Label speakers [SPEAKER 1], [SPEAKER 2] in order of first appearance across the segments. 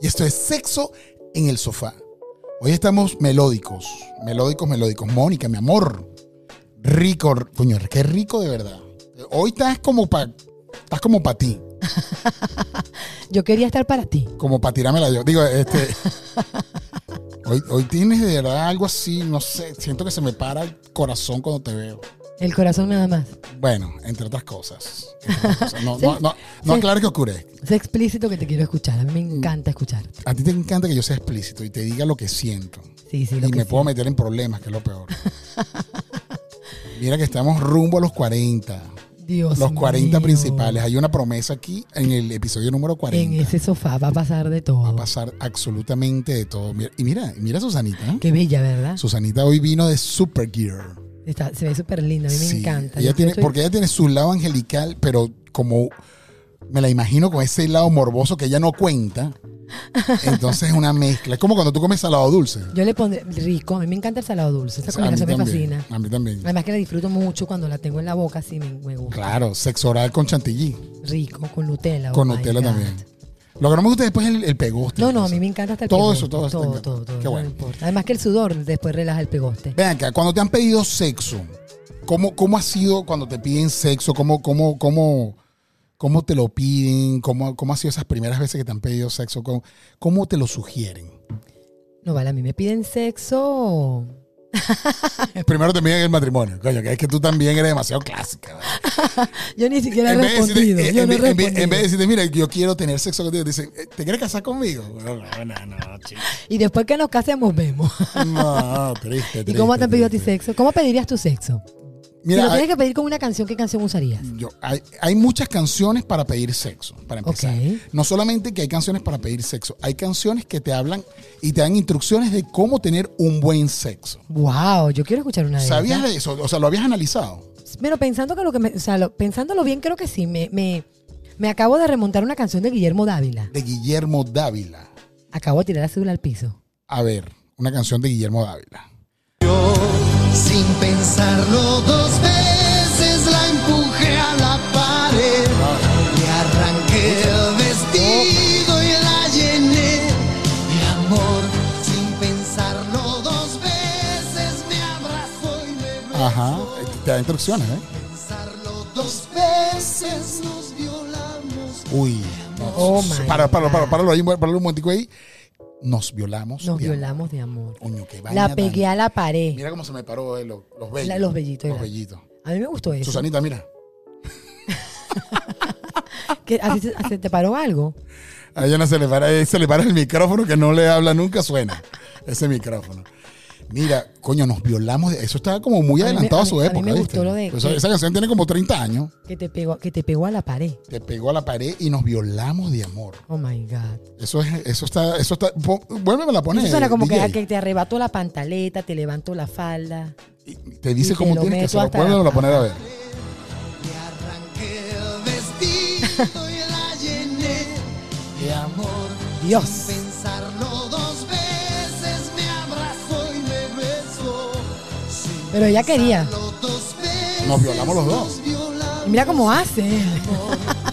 [SPEAKER 1] Y esto es sexo en el sofá. Hoy estamos melódicos, melódicos, melódicos. Mónica, mi amor. Rico, coño, qué rico de verdad. Hoy estás como para estás como para ti,
[SPEAKER 2] Yo quería estar para ti.
[SPEAKER 1] como para tirármela yo. Digo, este hoy, hoy tienes de verdad algo así, no sé, siento que se me para el corazón cuando te veo.
[SPEAKER 2] El corazón nada más.
[SPEAKER 1] Bueno, entre otras cosas. entre otras cosas. No, no, no, no
[SPEAKER 2] Sí.
[SPEAKER 1] aclares que ocurre.
[SPEAKER 2] Es explícito que te quiero escuchar. A mí me
[SPEAKER 1] Mm.
[SPEAKER 2] encanta escucharte.
[SPEAKER 1] A ti te encanta que yo sea explícito y te diga lo que siento.
[SPEAKER 2] Sí, sí,
[SPEAKER 1] Y
[SPEAKER 2] lo
[SPEAKER 1] me
[SPEAKER 2] que sí.
[SPEAKER 1] puedo meter en problemas, que es lo peor. Mira que estamos rumbo a los 40.
[SPEAKER 2] Dios
[SPEAKER 1] los 40
[SPEAKER 2] Pues mío.
[SPEAKER 1] principales. Hay una promesa aquí en el episodio número
[SPEAKER 2] En
[SPEAKER 1] 40.
[SPEAKER 2] ese sofá va a pasar de
[SPEAKER 1] Va
[SPEAKER 2] todo.
[SPEAKER 1] a pasar absolutamente de todo. Mira- y mira, y mira a Susanita. ¿eh?
[SPEAKER 2] Qué bella, ¿verdad?
[SPEAKER 1] Susanita hoy vino de Super Gear.
[SPEAKER 2] Está- se ve súper linda. A mí me
[SPEAKER 1] Sí,
[SPEAKER 2] encanta.
[SPEAKER 1] Ella
[SPEAKER 2] Yo
[SPEAKER 1] tiene,
[SPEAKER 2] estoy-
[SPEAKER 1] Porque ella tiene su lado angelical, pero como me la imagino con ese lado morboso que ella no cuenta. Entonces es una mezcla. Es como cuando tú comes salado dulce.
[SPEAKER 2] Yo le pondré rico. A mí me encanta el salado dulce. Esa
[SPEAKER 1] O sea, a mí
[SPEAKER 2] combinación me
[SPEAKER 1] también,
[SPEAKER 2] fascina.
[SPEAKER 1] A mí también.
[SPEAKER 2] Además que la disfruto mucho cuando la tengo en la boca. Sí, me, me gusta.
[SPEAKER 1] Claro, sexo oral con chantilly.
[SPEAKER 2] Rico, con Nutella. oh
[SPEAKER 1] con
[SPEAKER 2] my
[SPEAKER 1] Nutella
[SPEAKER 2] God.
[SPEAKER 1] también. Lo que no me gusta después es el, el pegoste.
[SPEAKER 2] No, no, a mí me encanta hasta el
[SPEAKER 1] Todo
[SPEAKER 2] pegoste.
[SPEAKER 1] eso, todo eso te
[SPEAKER 2] Todo,
[SPEAKER 1] encanta.
[SPEAKER 2] todo, todo.
[SPEAKER 1] Qué
[SPEAKER 2] no
[SPEAKER 1] bueno.
[SPEAKER 2] me importa. Además que el sudor después relaja el pegoste.
[SPEAKER 1] Ven acá, cuando te han pedido sexo, ¿cómo, cómo ha sido cuando te piden sexo? ¿Cómo, cómo, cómo, cómo te lo piden? ¿Cómo, ¿Cómo ha sido esas primeras veces que te han pedido sexo? ¿Cómo, cómo te lo sugieren?
[SPEAKER 2] No, vale, a mí me piden sexo.
[SPEAKER 1] Primero te piden el matrimonio. Coño, que es que tú también eres demasiado clásica. ¿verdad?
[SPEAKER 2] Yo ni siquiera he
[SPEAKER 1] En vez de decirte- eh,
[SPEAKER 2] respondido. Yo
[SPEAKER 1] en
[SPEAKER 2] no he
[SPEAKER 1] vez- en vez- en vez de
[SPEAKER 2] respondido.
[SPEAKER 1] decirte, mira, yo quiero tener sexo contigo, te dicen, ¿te quieres casar conmigo? No, no, no, no, chico.
[SPEAKER 2] Y después que nos casemos, vemos.
[SPEAKER 1] No, triste, triste.
[SPEAKER 2] ¿Y cómo te han pedido a ti
[SPEAKER 1] triste.
[SPEAKER 2] sexo? ¿Cómo pedirías tu sexo? si
[SPEAKER 1] Mira,
[SPEAKER 2] lo
[SPEAKER 1] hay-
[SPEAKER 2] tienes que pedir con una canción, ¿qué canción usarías?
[SPEAKER 1] Yo- hay, hay muchas canciones para pedir sexo, para empezar.
[SPEAKER 2] Ok.
[SPEAKER 1] No solamente que hay canciones para pedir sexo, hay canciones que te hablan y te dan instrucciones de cómo tener un buen sexo.
[SPEAKER 2] Wow, yo quiero escuchar una de
[SPEAKER 1] ¿Sabías
[SPEAKER 2] esas.
[SPEAKER 1] de eso? O sea, ¿lo habías analizado?
[SPEAKER 2] Pero pensando que lo que me, o sea, lo- pensándolo bien, creo que sí. Me, me, me acabo de remontar una canción de Guillermo Dávila.
[SPEAKER 1] De Guillermo Dávila.
[SPEAKER 2] Acabo de tirar la cédula al piso.
[SPEAKER 1] A ver, una canción de Guillermo Dávila.
[SPEAKER 3] Sin pensarlo dos veces la empujé a la pared. Le arranqué el vestido y la llené de amor. Sin pensarlo dos veces me abrazó y me besó.
[SPEAKER 1] Ajá, te da instrucciones, ¿eh?
[SPEAKER 3] Pensarlo dos veces nos violamos.
[SPEAKER 1] Uy. no,
[SPEAKER 2] Oh,
[SPEAKER 1] s-
[SPEAKER 2] my
[SPEAKER 1] para, para,
[SPEAKER 2] God.
[SPEAKER 1] para, páralo ahí, páralo un momentico ahí. Nos violamos.
[SPEAKER 2] Nos
[SPEAKER 1] Diana.
[SPEAKER 2] violamos de amor.
[SPEAKER 1] Coño, qué vaina
[SPEAKER 2] La pegué
[SPEAKER 1] tan-
[SPEAKER 2] a la pared.
[SPEAKER 1] Mira cómo se me paró eh, lo- los, bellos.
[SPEAKER 2] La- los bellitos,
[SPEAKER 1] Los
[SPEAKER 2] ya.
[SPEAKER 1] bellitos.
[SPEAKER 2] A mí me gustó eso.
[SPEAKER 1] Susanita, mira.
[SPEAKER 2] ¿Qué- así ah, se- así ¿Te paró algo?
[SPEAKER 1] A ella no se le para, eh, se le para el micrófono que no le habla nunca, suena ese micrófono. Mira, coño, nos violamos. de- Eso estaba como muy
[SPEAKER 2] A mí me-
[SPEAKER 1] adelantado a,
[SPEAKER 2] a
[SPEAKER 1] su
[SPEAKER 2] mí- a mí
[SPEAKER 1] época.
[SPEAKER 2] me
[SPEAKER 1] ¿viste?
[SPEAKER 2] gustó lo de-
[SPEAKER 1] Pues esa, esa canción tiene como 30 años.
[SPEAKER 2] Que te pegó, que te pegó a la pared.
[SPEAKER 1] Te pegó a la pared y nos violamos de amor.
[SPEAKER 2] Oh my God.
[SPEAKER 1] Eso es, eso está, eso está. pon- Vuélveme la poner.
[SPEAKER 2] Eso suena como que,
[SPEAKER 1] DJ.
[SPEAKER 2] a que te arrebato la pantaleta, te levanto la falda.
[SPEAKER 1] Y Te dice
[SPEAKER 2] y te
[SPEAKER 1] cómo
[SPEAKER 2] lo
[SPEAKER 1] tienes que
[SPEAKER 2] meto
[SPEAKER 1] hacerlo.
[SPEAKER 2] hasta-
[SPEAKER 1] Vuélveme a poner a ver.
[SPEAKER 3] Le arranqué el vestido y la llené de amor.
[SPEAKER 2] Dios.
[SPEAKER 3] Pensarlo dos veces me abrazó y me besó. Sin
[SPEAKER 2] Pero ella quería.
[SPEAKER 3] pensarlo dos veces
[SPEAKER 1] Nos violamos los dos.
[SPEAKER 3] nos violamos.
[SPEAKER 2] Y mira cómo hace. él.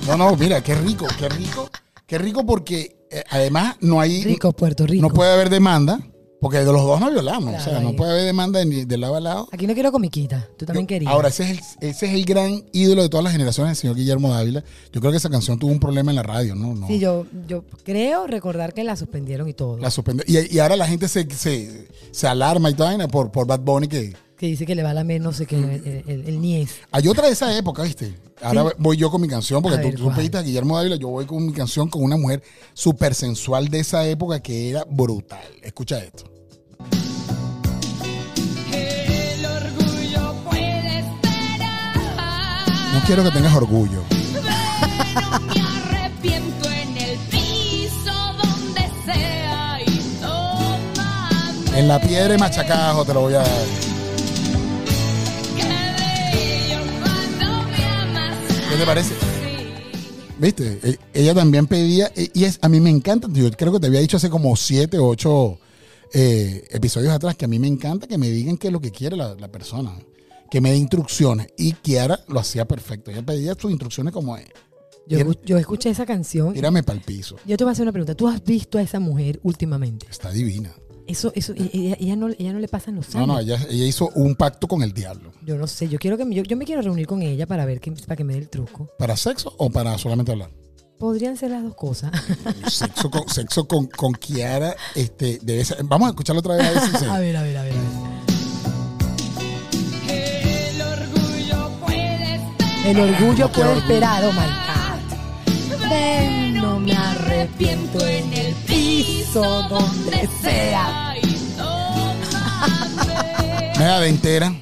[SPEAKER 1] No, no, mira, qué rico, qué rico. Qué rico porque eh, además no hay.
[SPEAKER 2] Rico Puerto Rico.
[SPEAKER 1] No puede haber demanda, porque de los dos nos violamos. o sea,
[SPEAKER 2] Claro,
[SPEAKER 1] no
[SPEAKER 2] ahí.
[SPEAKER 1] puede haber demanda ni de lado a lado.
[SPEAKER 2] Aquí no quiero comiquita. Tú también
[SPEAKER 1] Yo-
[SPEAKER 2] querías.
[SPEAKER 1] Ahora, ese es, el, ese es el gran ídolo de todas las generaciones, el señor Guillermo Dávila. Yo creo que esa canción tuvo un problema en la radio, ¿no? no
[SPEAKER 2] Sí, yo, yo creo recordar que la suspendieron y todo.
[SPEAKER 1] La suspende- y, y ahora la gente se, se, se alarma y toda vaina por, por Bad Bunny. que
[SPEAKER 2] Que dice que le va a la menos, no sé qué, el, el- el niés.
[SPEAKER 1] Hay otra de esa época, ¿viste? Ahora voy yo con mi canción, porque
[SPEAKER 2] A
[SPEAKER 1] tú,
[SPEAKER 2] ver,
[SPEAKER 1] tú
[SPEAKER 2] ¿cuál?
[SPEAKER 1] pediste a Guillermo Dávila, yo voy con mi canción con una mujer súper sensual de esa época que era brutal. Escucha esto.
[SPEAKER 4] El orgullo puede esperar.
[SPEAKER 1] No quiero que tengas orgullo.
[SPEAKER 4] Pero me arrepiento en el piso donde sea y tómame.
[SPEAKER 1] En la piedra y machacajo te lo voy a dar.
[SPEAKER 4] Qué bello cuando me amas
[SPEAKER 1] ¿Qué te parece?
[SPEAKER 4] así.
[SPEAKER 1] ¿Viste? E- Ella también pedía, e- y es, a mí me encanta, yo creo que te había dicho hace como siete o ocho eh, episodios atrás, que a mí me encanta que me digan qué es lo que quiere la, la persona, que me dé instrucciones. Y Kiara lo hacía perfecto, ella pedía sus instrucciones como es.
[SPEAKER 2] Yo,
[SPEAKER 1] Tira-
[SPEAKER 2] escu- yo escuché esa canción.
[SPEAKER 1] Tírame para el piso.
[SPEAKER 2] Yo te voy a hacer una pregunta. ¿Tú has visto a esa mujer últimamente?
[SPEAKER 1] Está divina.
[SPEAKER 2] Eso, eso, e- ella, ella no, ella no le pasan los
[SPEAKER 1] No,
[SPEAKER 2] años.
[SPEAKER 1] no, ella, ella hizo un pacto con el diablo.
[SPEAKER 2] Yo no sé, yo quiero que me- yo, yo me quiero reunir con ella para ver que, para que me dé el truco.
[SPEAKER 1] ¿Para sexo o para solamente hablar?
[SPEAKER 2] Podrían ser las dos cosas.
[SPEAKER 1] Sexo con, sexo con, con Kiara, este, debe ser- Vamos a escucharlo otra vez a ver si se-
[SPEAKER 2] A ver, a ver, a ver, a ver.
[SPEAKER 4] El orgullo puede esperar.
[SPEAKER 2] El orgullo
[SPEAKER 1] qué
[SPEAKER 2] puede
[SPEAKER 1] orgullo.
[SPEAKER 2] esperar, oh my God. Ven, no me arrepiento en el piso donde sea.
[SPEAKER 4] Ay, tómame.
[SPEAKER 1] Me da de entera.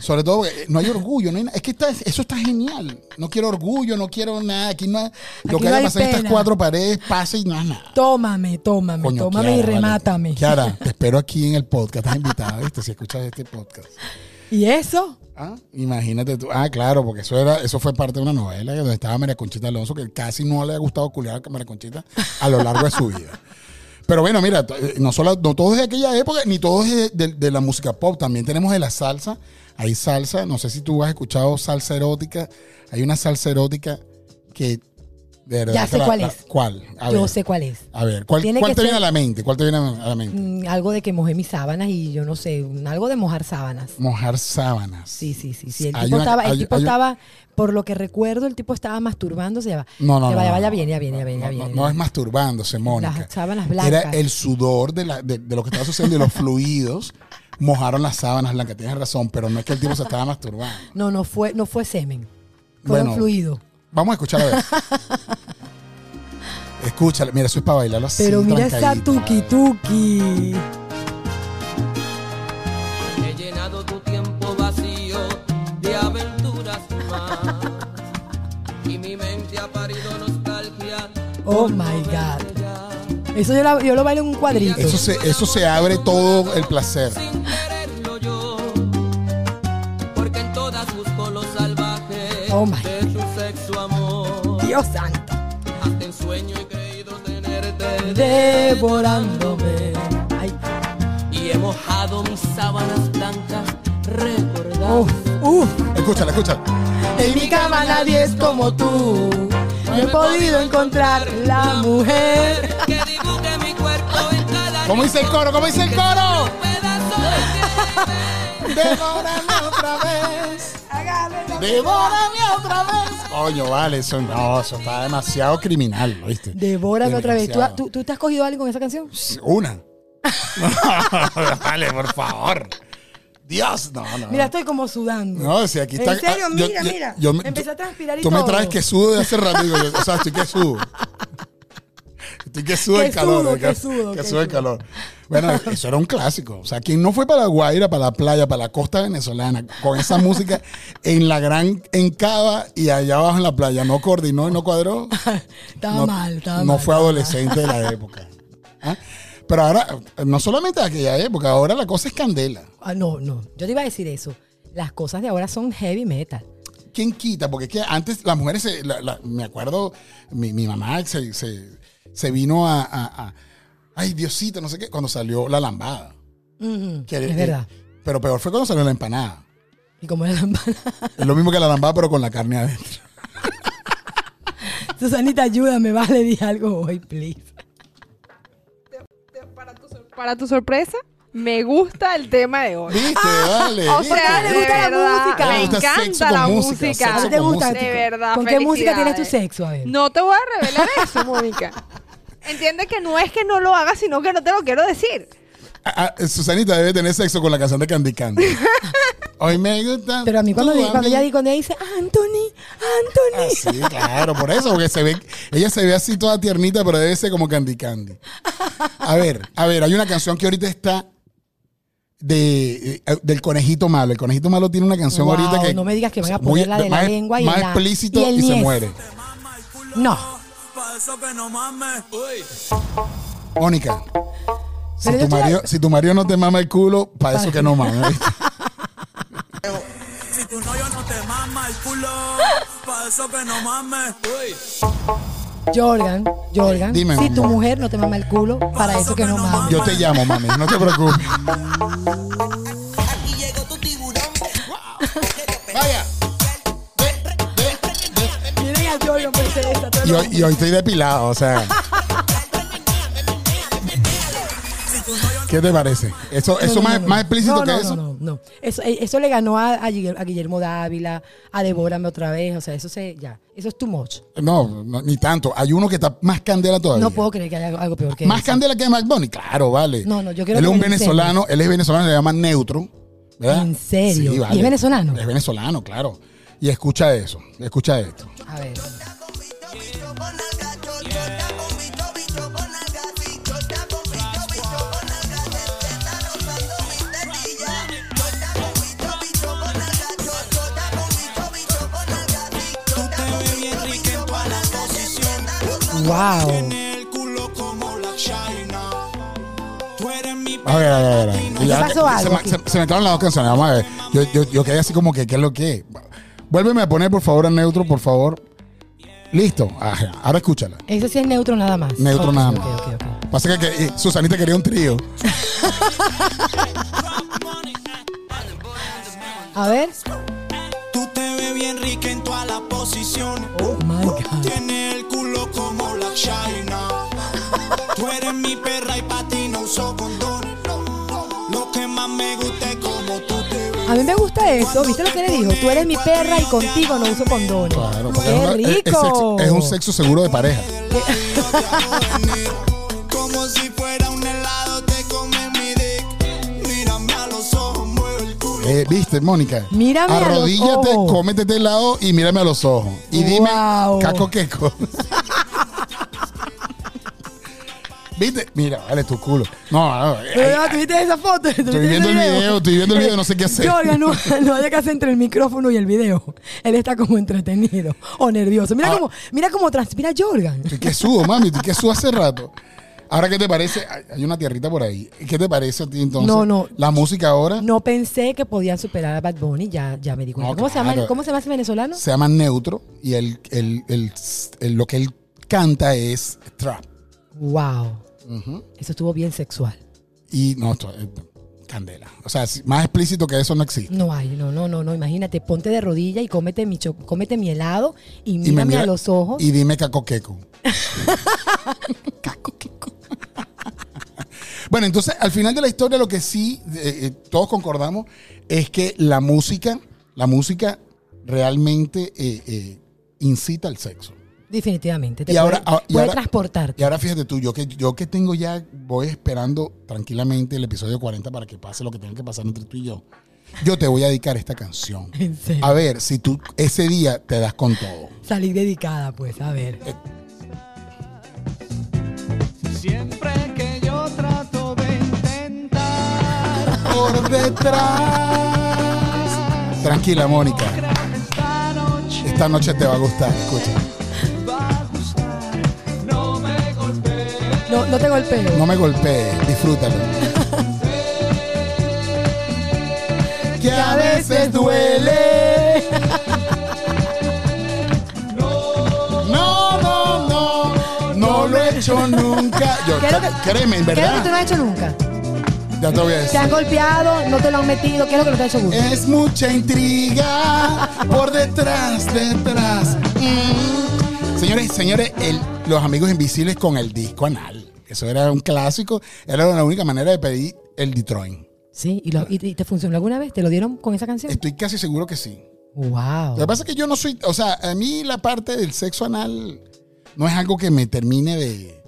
[SPEAKER 1] Sobre todo porque no hay orgullo, no hay nada. Es que está- eso está genial. No quiero orgullo, no quiero nada. Aquí no hay- lo
[SPEAKER 2] Aquí
[SPEAKER 1] que
[SPEAKER 2] no
[SPEAKER 1] haya
[SPEAKER 2] hay
[SPEAKER 1] pasado en estas
[SPEAKER 2] pena.
[SPEAKER 1] cuatro paredes pasa y no es nada.
[SPEAKER 2] Tómame, tómame,
[SPEAKER 1] Coño,
[SPEAKER 2] tómame y
[SPEAKER 1] Kiara, vale.
[SPEAKER 2] remátame.
[SPEAKER 1] Kiara, te espero aquí en el podcast. Estás invitada, ¿viste? Si escuchas este podcast.
[SPEAKER 2] ¿Y eso?
[SPEAKER 1] Ah, imagínate tú. Ah, claro, porque eso era, eso fue parte de una novela donde estaba María Conchita Alonso, que casi no le ha gustado culiar a María Conchita a lo largo de su vida. Pero bueno, mira, t- eh, no solo no todos de aquella época, ni todos de, de- de la música pop, también tenemos de la salsa. Hay salsa, no sé si tú has escuchado salsa erótica. Hay una salsa erótica que de verdad
[SPEAKER 2] Ya
[SPEAKER 1] que
[SPEAKER 2] sé
[SPEAKER 1] la-
[SPEAKER 2] cuál
[SPEAKER 1] la-
[SPEAKER 2] es.
[SPEAKER 1] ¿Cuál? A
[SPEAKER 2] yo
[SPEAKER 1] ver.
[SPEAKER 2] sé cuál es.
[SPEAKER 1] A ver, ¿cuál,
[SPEAKER 2] Tiene
[SPEAKER 1] cuál
[SPEAKER 2] que
[SPEAKER 1] te viene a
[SPEAKER 2] ser-
[SPEAKER 1] la mente? ¿Cuál te viene a la mente?
[SPEAKER 2] Mm, algo de que mojé mis sábanas y yo no sé, un- algo de mojar sábanas.
[SPEAKER 1] Mojar sábanas.
[SPEAKER 2] Mm. Sí, sí, sí. sí. El
[SPEAKER 1] Hay
[SPEAKER 2] tipo,
[SPEAKER 1] una-
[SPEAKER 2] estaba, el
[SPEAKER 1] hay-
[SPEAKER 2] tipo
[SPEAKER 1] hay un-
[SPEAKER 2] estaba, por lo que recuerdo, el tipo estaba masturbándose. Ya va,
[SPEAKER 1] No, no,
[SPEAKER 2] ya
[SPEAKER 1] no.
[SPEAKER 2] va, ya
[SPEAKER 1] no,
[SPEAKER 2] va, ya
[SPEAKER 1] no,
[SPEAKER 2] viene, ya viene,
[SPEAKER 1] no,
[SPEAKER 2] ya viene.
[SPEAKER 1] no,
[SPEAKER 2] ya viene,
[SPEAKER 1] no, no es masturbándose, Mónica.
[SPEAKER 2] Las sábanas blancas.
[SPEAKER 1] Era el sudor de, la- de- de lo que estaba sucediendo y los fluidos mojaron las sábanas blancas. Tienes razón, pero no es que el tipo se estaba masturbando.
[SPEAKER 2] No, no fue, no fue semen. Fueron
[SPEAKER 1] Bueno,
[SPEAKER 2] fluidos.
[SPEAKER 1] Vamos a escuchar a ver. Escúchala, mira, eso es para bailarlo así.
[SPEAKER 2] Pero mira esa
[SPEAKER 1] trancadito.
[SPEAKER 2] tuki tuki.
[SPEAKER 5] He llenado tu tiempo vacío de aventuras más. Y mi mente ha parido nostalgia.
[SPEAKER 2] Oh
[SPEAKER 5] por no
[SPEAKER 2] my God.
[SPEAKER 5] verte ya.
[SPEAKER 2] Eso yo, la- yo lo bailo en un cuadrito.
[SPEAKER 1] Eso se, eso se abre todo el placer.
[SPEAKER 5] Sin quererlo yo. Porque en todas busco lo salvaje
[SPEAKER 2] Oh my
[SPEAKER 5] de tu sexo amor.
[SPEAKER 2] Dios santo.
[SPEAKER 5] Hasta en sueño he creído tenerte.
[SPEAKER 2] Devorándome. Ay,
[SPEAKER 5] Y he mojado mis sábanas blancas recordando.
[SPEAKER 2] uf, uf.
[SPEAKER 1] Escúchala, escúchala.
[SPEAKER 2] Oh, uh. En mi cama nadie es como tú. No he podido encontrar la mujer.
[SPEAKER 5] Que dibuje mi cuerpo en cada
[SPEAKER 1] ¿Cómo dice el coro? ¿Cómo dice el coro?
[SPEAKER 5] pedazo de
[SPEAKER 1] Devórame otra vez. Devórame otra vez. Coño, vale, eso no, eso está demasiado criminal, ¿viste?
[SPEAKER 2] Devórame otra vez. ¿Tú,
[SPEAKER 1] Demasiado.
[SPEAKER 2] tú, tú te has cogido algo con esa canción?
[SPEAKER 1] Una. vale, por favor. Dios, no, no.
[SPEAKER 2] Mira, estoy como sudando.
[SPEAKER 1] no, si aquí está.
[SPEAKER 2] En serio,
[SPEAKER 1] ah, yo-
[SPEAKER 2] mira,
[SPEAKER 1] yo-
[SPEAKER 2] mira.
[SPEAKER 1] yo me-
[SPEAKER 2] Empecé a transpirar y
[SPEAKER 1] Tú me
[SPEAKER 2] todo.
[SPEAKER 1] traes que sudo de hace rato. digo, yo, o sea, estoy que sudo. Estoy que sudo
[SPEAKER 2] Que
[SPEAKER 1] el calor.
[SPEAKER 2] sudo,
[SPEAKER 1] eh,
[SPEAKER 2] que sudo,
[SPEAKER 1] que
[SPEAKER 2] que
[SPEAKER 1] sudo el
[SPEAKER 2] sudo.
[SPEAKER 1] calor. Bueno, eso era un clásico. O sea, quien no fue para la Guaira, para la playa, para la costa venezolana, con esa música en la gran encaba y allá abajo en la playa, no coordinó y no cuadró.
[SPEAKER 2] Estaba
[SPEAKER 1] no,
[SPEAKER 2] mal, estaba
[SPEAKER 1] no
[SPEAKER 2] mal.
[SPEAKER 1] fue
[SPEAKER 2] estaba mal.
[SPEAKER 1] adolescente de la época. ¿Ah? Pero ahora, no solamente de aquella época, ahora la cosa es candela.
[SPEAKER 2] Ah, no, no. Yo te iba a decir eso. Las cosas de ahora son heavy metal.
[SPEAKER 1] ¿Quién quita? Porque es que antes las mujeres, se- la- la- me acuerdo, mi, mi mamá se, se- se vino a, a- a- Ay, Diosito, no sé qué, cuando salió la lambada.
[SPEAKER 2] Ujú,
[SPEAKER 1] Que-
[SPEAKER 2] es
[SPEAKER 1] que-
[SPEAKER 2] verdad.
[SPEAKER 1] Pero peor fue cuando salió la empanada.
[SPEAKER 2] Y como la lámpara.
[SPEAKER 1] Es lo mismo que la lambada, pero con la carne adentro.
[SPEAKER 2] Susanita, ayúdame, vale, di algo hoy, please.
[SPEAKER 6] Para tu sorpresa, me gusta el tema de hoy.
[SPEAKER 1] ¿Viste?
[SPEAKER 2] Ah,
[SPEAKER 1] Vale.
[SPEAKER 6] O
[SPEAKER 1] ¿viste?
[SPEAKER 6] sea,
[SPEAKER 2] ¿Te
[SPEAKER 6] de
[SPEAKER 2] gusta la
[SPEAKER 6] verdad,
[SPEAKER 2] música?
[SPEAKER 1] Me
[SPEAKER 6] Me
[SPEAKER 1] gusta sexo
[SPEAKER 6] encanta
[SPEAKER 1] con
[SPEAKER 6] la
[SPEAKER 1] música,
[SPEAKER 6] música.
[SPEAKER 1] sexo
[SPEAKER 2] ¿Te
[SPEAKER 1] Ah, con
[SPEAKER 2] gusta?
[SPEAKER 1] música.
[SPEAKER 6] De verdad.
[SPEAKER 2] ¿Con qué música tienes tu
[SPEAKER 6] felicidades.
[SPEAKER 2] sexo? A ver.
[SPEAKER 6] No te voy a revelar eso, Mónica. Entiende que no es que no lo hagas, sino que no te lo quiero decir.
[SPEAKER 1] Ah, ah, Susanita debe tener sexo con la canción de Candy Candy. Hoy me gusta.
[SPEAKER 2] Pero a mí cuando,
[SPEAKER 1] tú,
[SPEAKER 2] cuando
[SPEAKER 1] mí.
[SPEAKER 2] ella cuando ella dice, Anthony, Anthony.
[SPEAKER 1] Ah, sí, claro, por eso, porque se ve, ella se ve así toda tiernita, pero debe ser como Candy Candy. A ver, a ver, hay una canción que ahorita está de, eh, del conejito malo. El conejito malo tiene una canción
[SPEAKER 2] Wow,
[SPEAKER 1] ahorita que.
[SPEAKER 2] no me digas que van a
[SPEAKER 1] muy-
[SPEAKER 2] ponerla de la
[SPEAKER 1] más-
[SPEAKER 2] lengua y
[SPEAKER 1] Más
[SPEAKER 2] la-
[SPEAKER 1] explícito
[SPEAKER 2] y
[SPEAKER 1] y,
[SPEAKER 2] el
[SPEAKER 1] se
[SPEAKER 2] niés.
[SPEAKER 1] muere.
[SPEAKER 2] No.
[SPEAKER 7] Pa' eso que no mames.
[SPEAKER 1] Mónica. Si
[SPEAKER 2] Pero yo
[SPEAKER 1] tu,
[SPEAKER 2] te la-
[SPEAKER 1] marido, si tu marido no te mama el culo, para eso que no mames. ¿viste?
[SPEAKER 7] Si tu novio no te mama el culo, pa' eso que no mames.
[SPEAKER 2] Jorgan, Jorgan,
[SPEAKER 1] Dime,
[SPEAKER 2] si
[SPEAKER 1] mamá.
[SPEAKER 2] tu mujer no te mama el culo, para eso que no mames.
[SPEAKER 1] Yo te llamo, mami, no te preocupes.
[SPEAKER 8] Aquí llegó tu tiburón.
[SPEAKER 1] Vaya.
[SPEAKER 2] Miren a Jorgan no puede ser esta. todo
[SPEAKER 1] Y
[SPEAKER 2] lo-
[SPEAKER 1] hoy, y hoy estoy depilado, o sea. ¿Qué te parece? Eso,
[SPEAKER 2] No,
[SPEAKER 1] eso
[SPEAKER 2] no,
[SPEAKER 1] más,
[SPEAKER 2] no, no.
[SPEAKER 1] más explícito
[SPEAKER 2] No,
[SPEAKER 1] que
[SPEAKER 2] no,
[SPEAKER 1] eso.
[SPEAKER 2] No, no, no. Eso, eh, eso le ganó a, a Guillermo, a Guillermo Dávila, a Devórame otra vez. O sea, eso se, ya. Eso es too much.
[SPEAKER 1] No, no, ni tanto. Hay uno que está más candela todavía.
[SPEAKER 2] No puedo creer que haya algo, algo peor que
[SPEAKER 1] Más
[SPEAKER 2] eso.
[SPEAKER 1] candela que Mac Bunny, claro, vale.
[SPEAKER 2] No, no, yo quiero
[SPEAKER 1] Él es
[SPEAKER 2] que
[SPEAKER 1] un
[SPEAKER 2] me lo enseñes.
[SPEAKER 1] venezolano, él es venezolano, le llaman neutro. ¿verdad?
[SPEAKER 2] ¿En serio?
[SPEAKER 1] Sí,
[SPEAKER 2] ¿Y
[SPEAKER 1] vale.
[SPEAKER 2] es venezolano?
[SPEAKER 1] Es venezolano, claro. Y escucha eso, escucha esto.
[SPEAKER 2] A ver. Wow.
[SPEAKER 1] A ver, a ver, a ver, a ver.
[SPEAKER 2] ¿Qué
[SPEAKER 1] Ya-
[SPEAKER 2] pasó
[SPEAKER 1] se
[SPEAKER 2] algo
[SPEAKER 1] me-
[SPEAKER 2] aquí?
[SPEAKER 1] Se, se me acaban las dos canciones. Vamos a ver. Yo, yo, yo quedé así como que, ¿qué es lo que es? Vuélveme a poner, por favor, a neutro, por favor. Listo. Ajá, ahora escúchala.
[SPEAKER 2] Ese sí es neutro nada más.
[SPEAKER 1] Neutro
[SPEAKER 2] Ok,
[SPEAKER 1] nada
[SPEAKER 2] ok,
[SPEAKER 1] más.
[SPEAKER 2] ok, ok.
[SPEAKER 1] Pasa que, que- eh, Susanita quería un trío.
[SPEAKER 2] A ver.
[SPEAKER 7] Tú te ves bien rica en todas las posiciones.
[SPEAKER 2] Oh my God.
[SPEAKER 7] Tiene el culo como la China. Tú eres mi perra y para ti no uso condón. Lo que más me gusta es como tú te ves.
[SPEAKER 2] A mí me gusta eso. ¿Viste lo que le dijo? Tú eres mi perra y contigo no uso condones.
[SPEAKER 1] Claro, porque es,
[SPEAKER 2] ¡Qué
[SPEAKER 1] una- es- es sexo-
[SPEAKER 2] rico!
[SPEAKER 1] es un sexo seguro de pareja.
[SPEAKER 7] Como si fuera un helado te comes mi dick. Mírame a los ojos, mueve el culo.
[SPEAKER 1] Eh, ¿Viste, Mónica?
[SPEAKER 2] Mírame a los
[SPEAKER 1] Arrodíllate,
[SPEAKER 2] ojos.
[SPEAKER 1] cómete de lado y mírame a los ojos. Y dime,
[SPEAKER 2] Guau.
[SPEAKER 1] caco queco. ¿Viste? Mira, vale tu culo. No, no, eh,
[SPEAKER 2] Pero no, ¿tuviste esa foto? ¿Tuviste ese
[SPEAKER 1] viendo el video, estoy viendo el video, no sé qué hacer.
[SPEAKER 2] Jorga, no, no haya que hacer entre el micrófono y el video. Él está como entretenido o nervioso. Mira
[SPEAKER 1] Ah.
[SPEAKER 2] cómo, mira cómo transpira Jorgan.
[SPEAKER 1] estoy que subo, mami, estoy que subo hace rato. Ahora, ¿qué te parece? Hay- Hay una tierrita por ahí. ¿Qué te parece a ti entonces?
[SPEAKER 2] No, no.
[SPEAKER 1] La música ahora
[SPEAKER 2] No pensé que podían superar a Bad Bunny, ya, ya me di cuenta.
[SPEAKER 1] No,
[SPEAKER 2] ¿Cómo, se llama,
[SPEAKER 1] claro.
[SPEAKER 2] ¿Cómo se llama ese venezolano?
[SPEAKER 1] se llama neutro y el, el- el- el- lo que él canta es trap.
[SPEAKER 2] Wow. Eso estuvo bien sexual.
[SPEAKER 1] Y no, esto es candela. O sea, si- más explícito que eso no existe.
[SPEAKER 2] No hay, no, no, no, no. Imagínate, ponte de rodilla y cómete mi, cho- cómete mi helado y
[SPEAKER 1] Y me
[SPEAKER 2] mírame
[SPEAKER 1] mira-
[SPEAKER 2] a los ojos.
[SPEAKER 1] Y dime cacoqueco. bueno, entonces al final de la historia lo que sí eh, eh, todos concordamos es que la música, la música realmente eh, eh, incita al sexo.
[SPEAKER 2] Definitivamente. Te
[SPEAKER 1] Y ahora-
[SPEAKER 2] puede,
[SPEAKER 1] ah, y
[SPEAKER 2] puede
[SPEAKER 1] ahora- Y
[SPEAKER 2] transportarte.
[SPEAKER 1] ahora fíjate tú, yo que, yo que tengo ya, voy esperando tranquilamente el episodio 40 para que pase lo que tenga que pasar entre tú y yo. Yo te voy a dedicar esta canción.
[SPEAKER 2] En serio.
[SPEAKER 1] A ver si tú ese día te das con todo.
[SPEAKER 2] Salir dedicada, pues, a ver.
[SPEAKER 1] Eh.
[SPEAKER 7] Siempre que yo trato de intentar
[SPEAKER 1] por detrás. Tranquila, Mónica.
[SPEAKER 7] esta noche
[SPEAKER 1] Esta noche te va a gustar. Escucha.
[SPEAKER 7] va a gustar, no me golpees.
[SPEAKER 2] No, no te golpeo.
[SPEAKER 1] No me golpees. Disfrútalo. que a veces duele. No, no, no. No lo he hecho nunca. Yo,
[SPEAKER 2] ¿Qué es lo que-
[SPEAKER 1] créeme, en
[SPEAKER 2] ¿Qué es lo que tú no
[SPEAKER 1] verdad.
[SPEAKER 2] has hecho nunca?
[SPEAKER 1] Ya te voy a decir.
[SPEAKER 2] Te han golpeado, no te lo han metido. ¿Qué es lo que no te has hecho nunca?
[SPEAKER 1] Es mucha intriga por detrás, detrás. Mm. Señores, señores, el- los amigos invisibles con el disco anal. Eso era un clásico. Era la única manera de pedir el Detroit.
[SPEAKER 2] Sí, ¿Y, lo- y- y te funcionó alguna vez? ¿Te lo dieron con esa canción?
[SPEAKER 1] Estoy casi seguro que sí.
[SPEAKER 2] ¡Wow!
[SPEAKER 1] Lo que pasa es que yo no soy, o sea, a mí la parte del sexo anal no es algo que me termine de,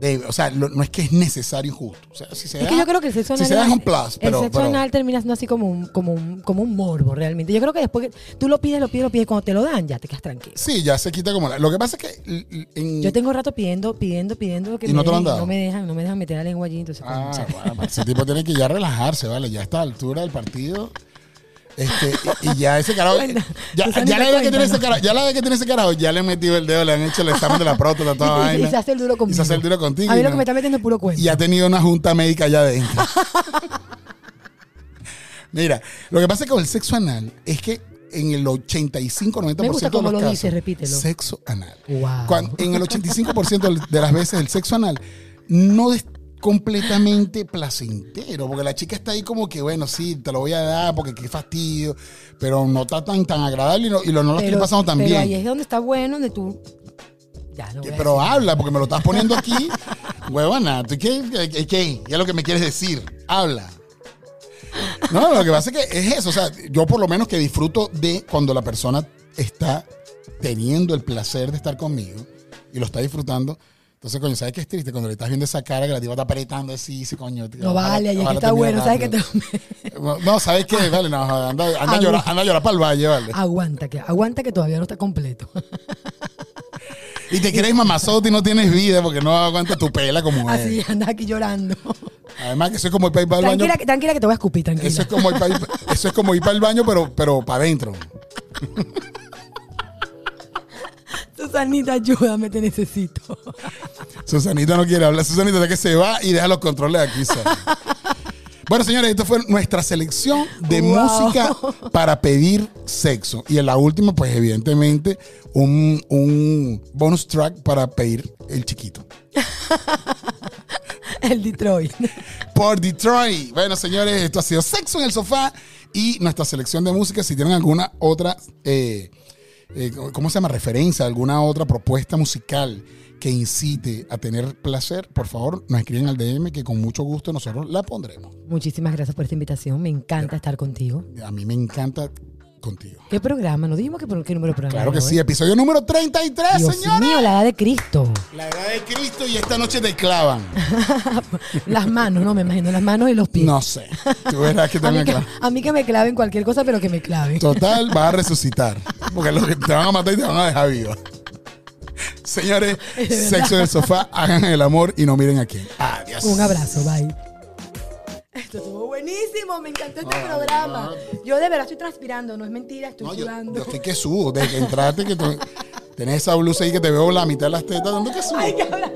[SPEAKER 1] de- o sea, lo- no es que es necesario justo. O sea, si se
[SPEAKER 2] Es
[SPEAKER 1] da,
[SPEAKER 2] que yo creo que el sexo
[SPEAKER 1] si
[SPEAKER 2] anal.
[SPEAKER 1] se da
[SPEAKER 2] es-
[SPEAKER 1] es un plus, pero,
[SPEAKER 2] el sexo
[SPEAKER 1] pero-
[SPEAKER 2] anal termina siendo así como un, como, un, como un morbo, realmente. Yo creo que después que tú lo pides, lo pides, lo pides, cuando te lo dan, ya te quedas tranquilo.
[SPEAKER 1] sí, ya se quita como la. Lo que pasa es que l- l- en-
[SPEAKER 2] Yo tengo rato pidiendo, pidiendo, pidiendo que
[SPEAKER 1] ¿Y
[SPEAKER 2] me
[SPEAKER 1] no te lo han
[SPEAKER 2] dejen,
[SPEAKER 1] dado?
[SPEAKER 2] me dejan, no me dejan meter la lengua allí, entonces.
[SPEAKER 1] Ah,
[SPEAKER 2] pues, chao.
[SPEAKER 1] bueno, pero ese tipo tiene que ya relajarse, ¿vale? Ya a esta altura del partido. Este, y, y ya ese carajo.
[SPEAKER 2] Cuenta.
[SPEAKER 1] Ya,
[SPEAKER 2] Susanita,
[SPEAKER 1] ya la edad que tiene
[SPEAKER 2] cuéntanos.
[SPEAKER 1] ese carajo, ya la edad que tiene ese carajo, ya le he metido el dedo, le han hecho el examen de la próstata, toda
[SPEAKER 2] Y- y- y
[SPEAKER 1] vaina.
[SPEAKER 2] se hace el duro
[SPEAKER 1] Y se hace el duro
[SPEAKER 2] conmigo.
[SPEAKER 1] contigo.
[SPEAKER 2] A mí
[SPEAKER 1] y
[SPEAKER 2] lo
[SPEAKER 1] no-
[SPEAKER 2] que me está metiendo es puro cuento.
[SPEAKER 1] Y ha tenido una junta médica allá adentro. Mira, lo que pasa es que con el sexo anal es que en el 85-90%
[SPEAKER 2] Me gusta
[SPEAKER 1] de
[SPEAKER 2] cómo
[SPEAKER 1] los
[SPEAKER 2] lo
[SPEAKER 1] casos,
[SPEAKER 2] dice, repítelo.
[SPEAKER 1] sexo anal.
[SPEAKER 2] Wow.
[SPEAKER 1] Cuan- en el 85% de las veces el sexo anal no des- completamente placentero, porque la chica está ahí como que, bueno, sí, te lo voy a dar porque qué fastidio, pero no está tan, tan agradable y, no, y lo, no lo estoy pasando tan
[SPEAKER 2] pero
[SPEAKER 1] bien.
[SPEAKER 2] ahí es donde está bueno, donde tú... Ya, no voy a
[SPEAKER 1] Pero habla, porque me lo estás poniendo aquí, huevona. ¿Tú qué, qué, qué- qué? ¿Qué es lo que me quieres decir? Habla. No, lo que pasa es que es eso. O sea, yo por lo menos que disfruto de cuando la persona está teniendo el placer de estar conmigo y lo está disfrutando. Entonces, coño, ¿sabes qué es triste? Cuando le estás viendo esa cara que la tía está apretando así, sí, coño.
[SPEAKER 2] No vale, ya que está bueno, ¿sabes que te-
[SPEAKER 1] No, ¿sabes qué? Vale, no, anda, anda, a llorar, anda a llorar para el valle, vale.
[SPEAKER 2] Ah, Aguanta que, aguanta que todavía no está completo.
[SPEAKER 1] Y te crees mamazote y no tienes vida porque no aguanta tu pela como es.
[SPEAKER 2] Así andas aquí llorando.
[SPEAKER 1] Además que eso es como ir para, el baño.
[SPEAKER 2] Tranquila, que- tranquila que te voy a escupir, tranquila.
[SPEAKER 1] Eso es como ir para, eso es como ir para el baño, pero, pero para adentro.
[SPEAKER 2] Susanita, ayúdame, te necesito.
[SPEAKER 1] Susanita no quiere hablar. Susanita de que se va y deja los controles aquí. Sara. Bueno, señores, esta fue nuestra selección de
[SPEAKER 2] Wow.
[SPEAKER 1] música para pedir sexo. Y en la última, pues evidentemente, un, un bonus track para pedir el chiquito.
[SPEAKER 2] El Detroit.
[SPEAKER 1] por Detroit. Bueno, señores, esto ha sido Sexo en el Sofá y nuestra selección de música. Si tienen alguna otra, eh, eh, ¿cómo se llama? Referencia, alguna otra propuesta musical que incite a tener placer, por favor, nos escriben al DM que con mucho gusto nosotros la pondremos.
[SPEAKER 2] Muchísimas gracias por esta invitación. Me encanta estar contigo.
[SPEAKER 1] A mí me encanta contigo.
[SPEAKER 2] ¿Qué programa? No dijimos qué, pro- qué número de programa.
[SPEAKER 1] Claro que
[SPEAKER 2] era
[SPEAKER 1] sí, ¡Eh,
[SPEAKER 2] hoy?
[SPEAKER 1] episodio número 33,
[SPEAKER 2] Dios
[SPEAKER 1] señores.
[SPEAKER 2] mío, la edad de Cristo.
[SPEAKER 1] La edad de Cristo y esta noche te clavan.
[SPEAKER 2] Las manos, no me imagino, las manos y los pies.
[SPEAKER 1] No sé. Tú verás que
[SPEAKER 2] a, mí
[SPEAKER 1] también
[SPEAKER 2] que,
[SPEAKER 1] clavan.
[SPEAKER 2] a mí que me claven cualquier cosa, pero que me claven.
[SPEAKER 1] Total, vas a resucitar. Porque lo que te van a matar y te van a dejar vivo. Señores, sexo en el sofá, hagan el amor y no miren a quién. Adiós.
[SPEAKER 2] Un abrazo, bye. Esto estuvo buenísimo, me encantó este programa. Yo de verdad estoy transpirando, no es mentira, estoy
[SPEAKER 1] Ah, No, yo,
[SPEAKER 2] sudando.
[SPEAKER 1] yo estoy que subo. Desde que entraste, que tú- tenés esa blusa ahí que te veo la mitad de las tetas, ¿dónde que subo?
[SPEAKER 2] Ay, qué abra-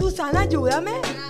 [SPEAKER 2] Susana, ayúdame.